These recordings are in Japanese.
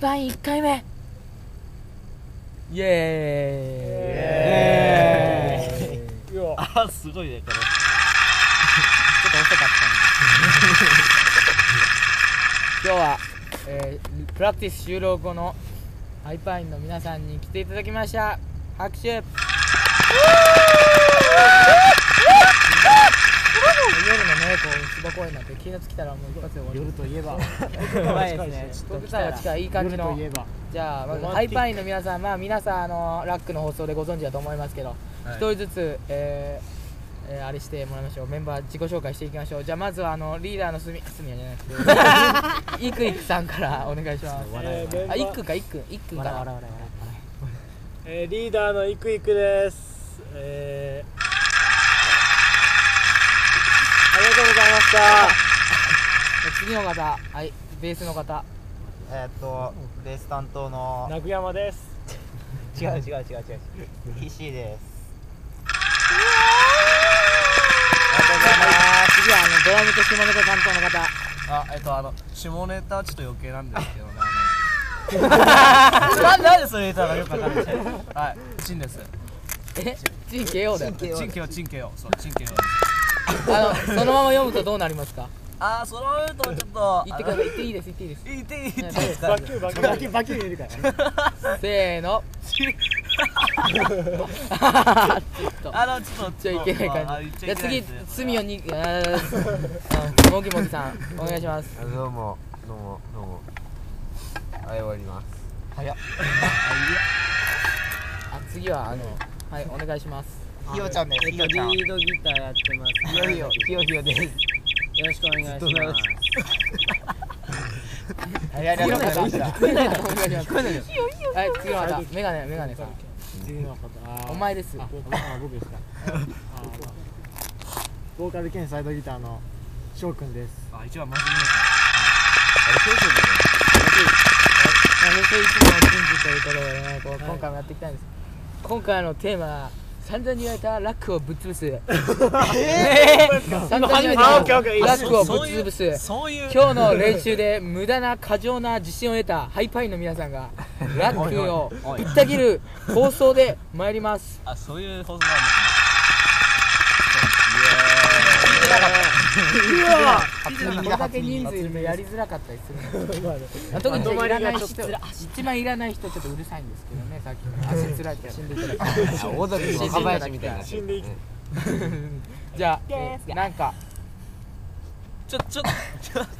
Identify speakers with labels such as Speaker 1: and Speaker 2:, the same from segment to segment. Speaker 1: パン1回目
Speaker 2: イエ
Speaker 3: エ
Speaker 2: ーイ
Speaker 3: あすごいね こ
Speaker 2: ち
Speaker 3: れ
Speaker 2: ょっと遅かったんで今日は、えープラクティス終了後のハイパインの皆さんに来ていただきました拍手夜のね、こう芝公園なんて警察来たらもう一発で終わ
Speaker 4: 夜といえば
Speaker 2: る前ですね徳さんは近いいい感じ
Speaker 4: 夜と
Speaker 2: の
Speaker 4: いえば
Speaker 2: じゃあまずハイパインの皆さんまあ皆さんあのラックの放送でご存知だと思いますけど一、人ずつ、えーえーあれしてもらいましょうメンバー自己紹介していきましょうじゃあまずはあのリーダーのすみすみやじゃなく てイクイクさんからお願いします
Speaker 3: 笑
Speaker 2: あイクかイクイクか
Speaker 4: 笑わら
Speaker 2: ら
Speaker 4: わらわ
Speaker 3: えーリーダーのイクイクですえーありがとうございました
Speaker 2: 次の方はいベースの方
Speaker 5: えーっとベース担当の
Speaker 3: 名古山です
Speaker 5: 違う違う違う違う違う岸ですありがとうございます
Speaker 2: 次はあのドラムと下ネタ担当の方
Speaker 6: あえっとあの下ネタはちょっと余計なんですけどねあの ななんでそれ言ったのかよくわかんないはいチンです
Speaker 2: えチンケヨだよ
Speaker 6: チンケよチンケよそうチンケよ
Speaker 2: あのそのまま読むとどうなりますか
Speaker 6: あーそのうとちょっと
Speaker 2: 言ってください言っていいです言っていいです
Speaker 6: 言っていい言っていいですか
Speaker 3: キューバキュ
Speaker 4: らバキバキ入れるから
Speaker 2: せーの
Speaker 6: あのちょっと
Speaker 2: ちゃいけない
Speaker 6: あ
Speaker 2: 感
Speaker 6: 言っ
Speaker 2: じ。
Speaker 6: ち
Speaker 2: じゃ
Speaker 6: ゃい
Speaker 2: あ
Speaker 6: けない
Speaker 2: 次
Speaker 6: ですね、
Speaker 2: すみをに、あーうんもぎもぎさん、お願いします。
Speaker 5: あどうもどうもどうもはい終わります
Speaker 2: あ、次は、あの、はい、お願いします。
Speaker 5: ひよちゃんですひよちゃん
Speaker 4: リードギターやってます
Speaker 5: ひよひよひよひよです
Speaker 4: よろしくお願いし
Speaker 5: ずっと鳴ら
Speaker 4: ます
Speaker 5: はいありがとうございました
Speaker 2: お願いします。はい、次の方、メガネ、メガネさん。
Speaker 4: 次の方あー
Speaker 2: お前です。
Speaker 4: あ僕あ僕ですかあーボーカル兼サイドギターの翔くんです
Speaker 6: あ一番真面
Speaker 2: あ
Speaker 6: 目
Speaker 2: の、そういつもの人事ということでね、こう、今回もやっていきたいんです。今回のテーマは、散々に言われたラックをぶっ潰す。えー、散々に言われた
Speaker 3: 今初めて
Speaker 2: ラックをぶっ
Speaker 6: そういう
Speaker 2: 潰す。
Speaker 6: そういう
Speaker 2: 今日の練習で無駄な過剰な自信を得たハイパインの皆さんがラックを
Speaker 6: おいおいおい
Speaker 2: いったぎる放送で参ります
Speaker 6: あそういう放送なんですね
Speaker 2: これだけ人数いるのやりづらかったりするのまあ特にじゃあいらない人一番いらない人ちょっとうるさいんですけどねさっきの足つらいって死んでいただき
Speaker 5: あ大崎の若林みたいな
Speaker 3: 死んでいき
Speaker 2: じゃあえーなんか
Speaker 6: ちょちょ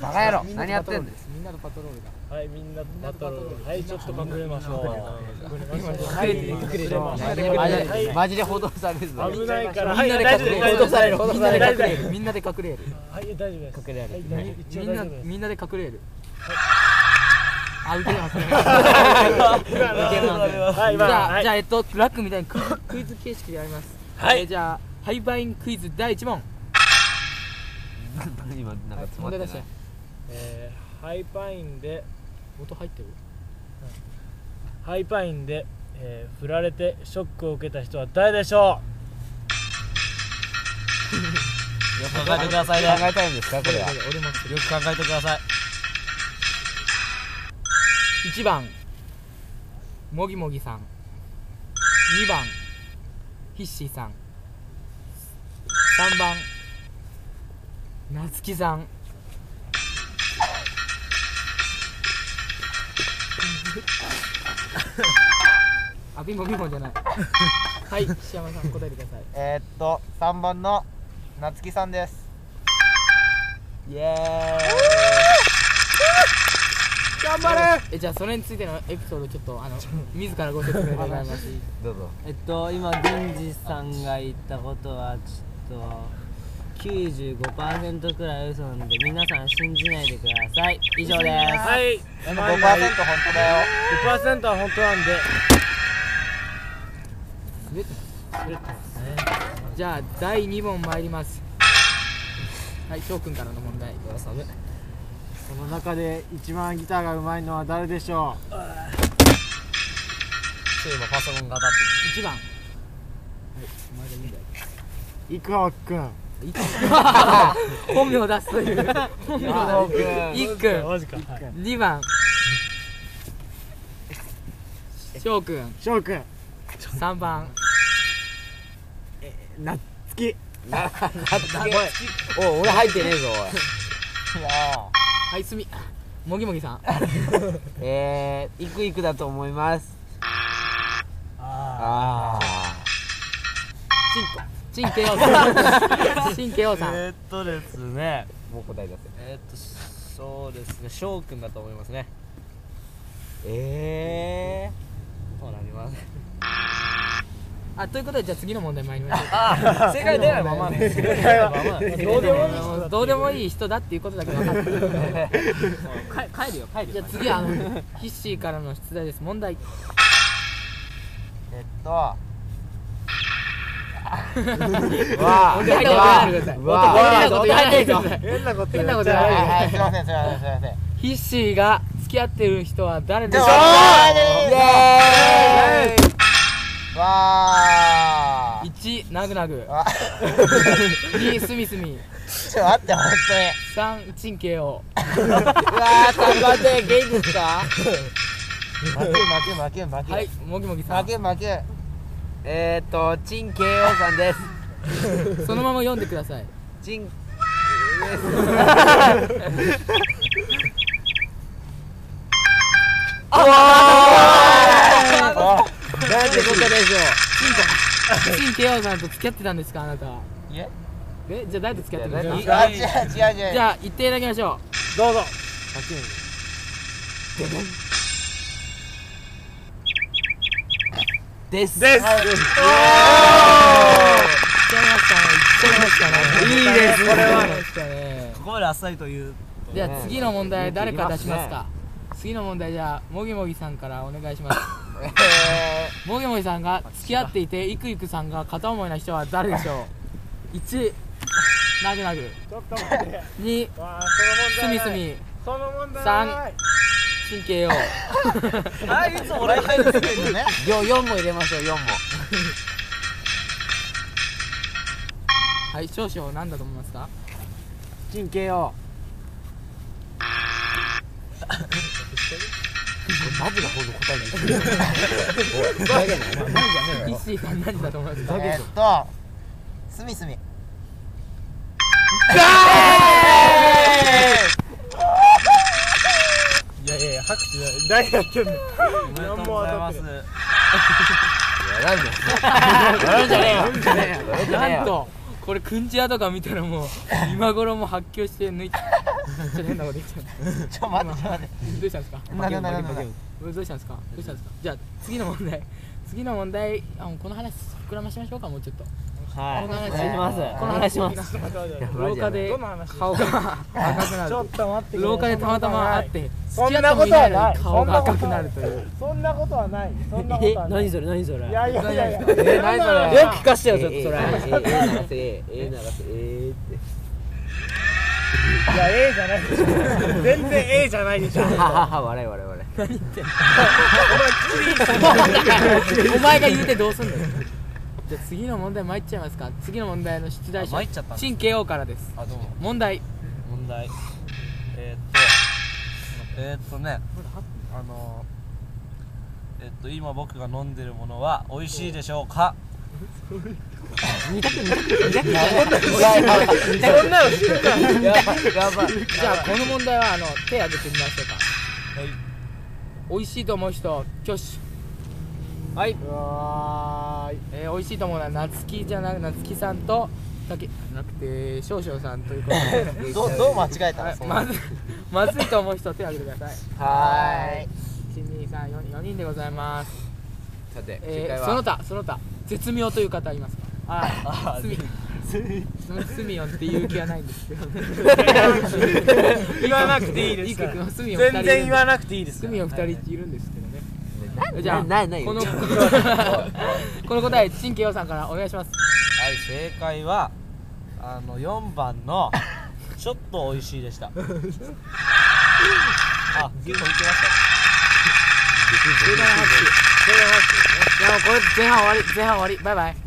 Speaker 5: バカ野郎何やってんの
Speaker 2: みんなのパトロールだ
Speaker 3: はいみんなバトルはいちょっと隠れましょ
Speaker 5: マジでマジで報道されるぞ
Speaker 3: う危ないから
Speaker 2: みんなで隠れる
Speaker 3: はい大丈夫です
Speaker 2: みんなで隠れるみんなで隠れる
Speaker 3: はい大
Speaker 2: みんなみんなで隠れるあ受
Speaker 3: 丈夫です隠れられ
Speaker 2: けますね受けますね
Speaker 3: はい
Speaker 2: じ
Speaker 3: 今
Speaker 2: ゃあ、
Speaker 3: はい
Speaker 2: じゃあえっとラックみたいにクイズクイズ形式でやります。
Speaker 3: はい
Speaker 2: えーじゃあハイバインクイズ第一問。
Speaker 5: 今なんか詰ま
Speaker 2: 問題
Speaker 5: って
Speaker 2: 出
Speaker 5: ない
Speaker 2: して。
Speaker 3: えーハイパインで
Speaker 2: 音入ってる。
Speaker 3: ハイパインで、えー振られてショックを受けた人は誰でしょ
Speaker 6: よく考えてくださいね
Speaker 5: 考えたいんですかこれは
Speaker 2: 俺も
Speaker 6: よく考えてください
Speaker 2: 一番もぎもぎさん。二番ヒッシーさん。三番なつきさ ん。あビンボビンボじゃない。はい、石山さん答えてください。
Speaker 5: えーっと3番のなつきさんですイエ
Speaker 2: えじゃあそれについてのエピソードをちょっとあの自らご説明 願います
Speaker 5: ーイどうぞ
Speaker 4: えっと今源氏さんが言ったことはちょっと95%くらい嘘なんで皆さん信じないでください以上で
Speaker 3: うはい
Speaker 5: でも
Speaker 3: まあ今
Speaker 5: 5%本当だよ
Speaker 3: 5%は本当なんで
Speaker 2: 滑ってますねじゃあ第2問参りますはい翔くんからの問題
Speaker 4: すその中で一番ギターがうまいのは誰でしょ
Speaker 6: ちょ今パソコンが当たっ
Speaker 2: 1番は
Speaker 4: うイクホくん
Speaker 2: いお前がいいんだよ本名を出すという本名を出
Speaker 5: 僕
Speaker 2: すいっくん
Speaker 3: マジか
Speaker 2: 2番翔くん
Speaker 1: 翔くん
Speaker 2: 3番
Speaker 1: なつき
Speaker 7: おい俺入ってねえぞ
Speaker 5: いや
Speaker 2: はいすみもぎもぎさん
Speaker 7: おいえー、いくいくだと思います
Speaker 3: あ
Speaker 7: あ
Speaker 2: チンコチンケヨ さんチンケヨさん
Speaker 6: えー、っとですね
Speaker 7: あもう答え出せ
Speaker 6: えー、っとそうですね翔くんだと思いますね
Speaker 7: え
Speaker 6: そうなります
Speaker 2: あということでじゃあ次の問題参りましょ
Speaker 6: あ正解出ないままね正解出ないままね
Speaker 2: うどうでもいい人だどうでもいい人だっていうことだけ分かってる
Speaker 4: 帰るよ帰る
Speaker 2: じゃあ次はあのヒッシーからの出題です問題
Speaker 5: えっ と
Speaker 7: ー、わあ
Speaker 2: 俺入ったことないでください
Speaker 7: わあ
Speaker 2: こと言わないでください
Speaker 1: 変なこと
Speaker 2: 変なこと
Speaker 1: じ
Speaker 2: 言
Speaker 1: ゃな
Speaker 2: わない
Speaker 1: よ
Speaker 2: いでくださ
Speaker 5: はいいすいませんすいませんすいません
Speaker 2: ヒッシーが付き合ってる人は誰でしょう
Speaker 5: わ
Speaker 7: イエーイ
Speaker 5: ーわー
Speaker 2: 1ナグナグ
Speaker 5: わ
Speaker 2: 2スミスミ
Speaker 5: ちょっと待って本
Speaker 2: 3チンケヨ
Speaker 7: うわあ3番手元気ですか
Speaker 5: 当に負け負け負け負け、
Speaker 2: はいもぎもぎさ
Speaker 5: 負
Speaker 2: ん
Speaker 5: け負け
Speaker 7: えーと陳慶応さんです
Speaker 2: そのまま読んでください
Speaker 7: 陳 な
Speaker 5: あ
Speaker 7: んてことでしょう
Speaker 2: 陳慶応さんと付き合ってたんですかあなたはえじゃあ誰と付き合ってたんですか
Speaker 5: あ違う違う違う
Speaker 2: じゃあ言っていただきましょ
Speaker 3: どうぞ
Speaker 7: です
Speaker 3: で
Speaker 2: う言っ
Speaker 3: す
Speaker 2: ちゃいましたね言っちゃいましたねいいですこれは
Speaker 6: ここまで浅いという
Speaker 2: じゃあ次の問題誰から出しますか次の問題じゃあもぎもぎさんからお願いし ますもぎもぎさんが付き合っていていくいくさんが片思いな人は誰でしょ う1なぐなぐ
Speaker 1: ちょっと待 って
Speaker 2: 2
Speaker 1: わあ
Speaker 2: す
Speaker 1: その問題
Speaker 2: みすみ
Speaker 1: その問題
Speaker 2: 三神経用
Speaker 6: あいつも俺入る
Speaker 5: えーね
Speaker 7: よ4も入れましょう4も
Speaker 2: はい少々何だと思いますか
Speaker 1: 陳慶応
Speaker 7: マジな方の答えに
Speaker 2: 石井さん何だと思いますか
Speaker 5: えっとすみすみ
Speaker 3: いやいやいや拍手じゃない誰やってんの
Speaker 6: おめでとうござい ます
Speaker 7: 笑うんじゃねえよ笑うんじゃねえよ笑うんじゃねえ
Speaker 2: な
Speaker 7: よ
Speaker 2: んとこれくんちやとか見たらもう今頃もう発狂して抜い てちょっと変なこと言っちゃった
Speaker 5: ちょ待ってちょ待って
Speaker 2: どうしたんですか
Speaker 5: なんだなんだなんだ
Speaker 2: どうしたんですかどうしたんですかじゃあ次の問題次の問題あもうこの話膨らましましょうかもうちょっと
Speaker 7: は
Speaker 2: この話
Speaker 4: お願いします
Speaker 2: この話します廊下で
Speaker 1: どの話
Speaker 2: 顔が赤くな
Speaker 1: ちょっ
Speaker 2: る
Speaker 1: と待って
Speaker 2: 廊下でたまたま会って
Speaker 1: そ
Speaker 2: 付
Speaker 1: ん
Speaker 2: き合
Speaker 1: な
Speaker 2: っても
Speaker 1: こ
Speaker 2: い
Speaker 1: とは
Speaker 2: ない
Speaker 1: な
Speaker 2: の
Speaker 1: い
Speaker 2: に顔が赤くなるという
Speaker 1: そんなことはないそんなこ
Speaker 4: え
Speaker 1: とはない
Speaker 4: 何それ何それ
Speaker 1: いやいやいやいや
Speaker 2: え
Speaker 7: え何それ
Speaker 4: よく聞かしてよちょっとそれ
Speaker 7: えええ流せええ流せええっ
Speaker 1: いや A じゃないでしょ全然 A じゃないでしょ
Speaker 7: てははは笑い笑い笑い
Speaker 2: お前が言うてどうすんのよじゃあ次の問題参っちゃいますか次の問題の出題
Speaker 6: あ
Speaker 2: 者
Speaker 6: 参っちゃったんだ
Speaker 2: 陳慶応からです
Speaker 6: あどうも
Speaker 2: 問題
Speaker 6: 問題えー、っとえー、っとねあのえー、っと今僕が飲んでるものは美味しいでしょうか
Speaker 7: やばいやばい
Speaker 2: じゃあこの問題はあの手挙げてみましょうか
Speaker 6: はい
Speaker 2: 美味しいと思う人挙手はいう
Speaker 1: わーい
Speaker 2: えー、美味しいと思うのは夏希じゃなく夏希さんとたけなくて少々さんという ことで
Speaker 5: どどう間違えた
Speaker 2: は
Speaker 5: の
Speaker 2: い
Speaker 5: そんな
Speaker 2: まずまずいと思う人手挙げてください
Speaker 7: はーい
Speaker 2: 1234人4人でございます、
Speaker 7: さて正
Speaker 2: え
Speaker 7: 解
Speaker 2: ー、その
Speaker 7: は
Speaker 2: 他その他絶妙という方いますか
Speaker 6: あ
Speaker 2: すみすみよんって言う気はないんですけどね
Speaker 3: 言わなくていいで
Speaker 2: い
Speaker 3: す
Speaker 2: く
Speaker 3: から
Speaker 2: 君すみよん2人
Speaker 3: 全然言わなくていいです
Speaker 2: す
Speaker 3: から
Speaker 2: みよん2人いるんですけどねじゃあ
Speaker 7: ないない
Speaker 2: この
Speaker 7: はい
Speaker 2: この答え陳慶陽さんからお願いします
Speaker 6: はい正解はあの4番のちょっと美味しいで したあ結構いけました
Speaker 2: じゃあもうこれ前半終わり前半終わりバイバイ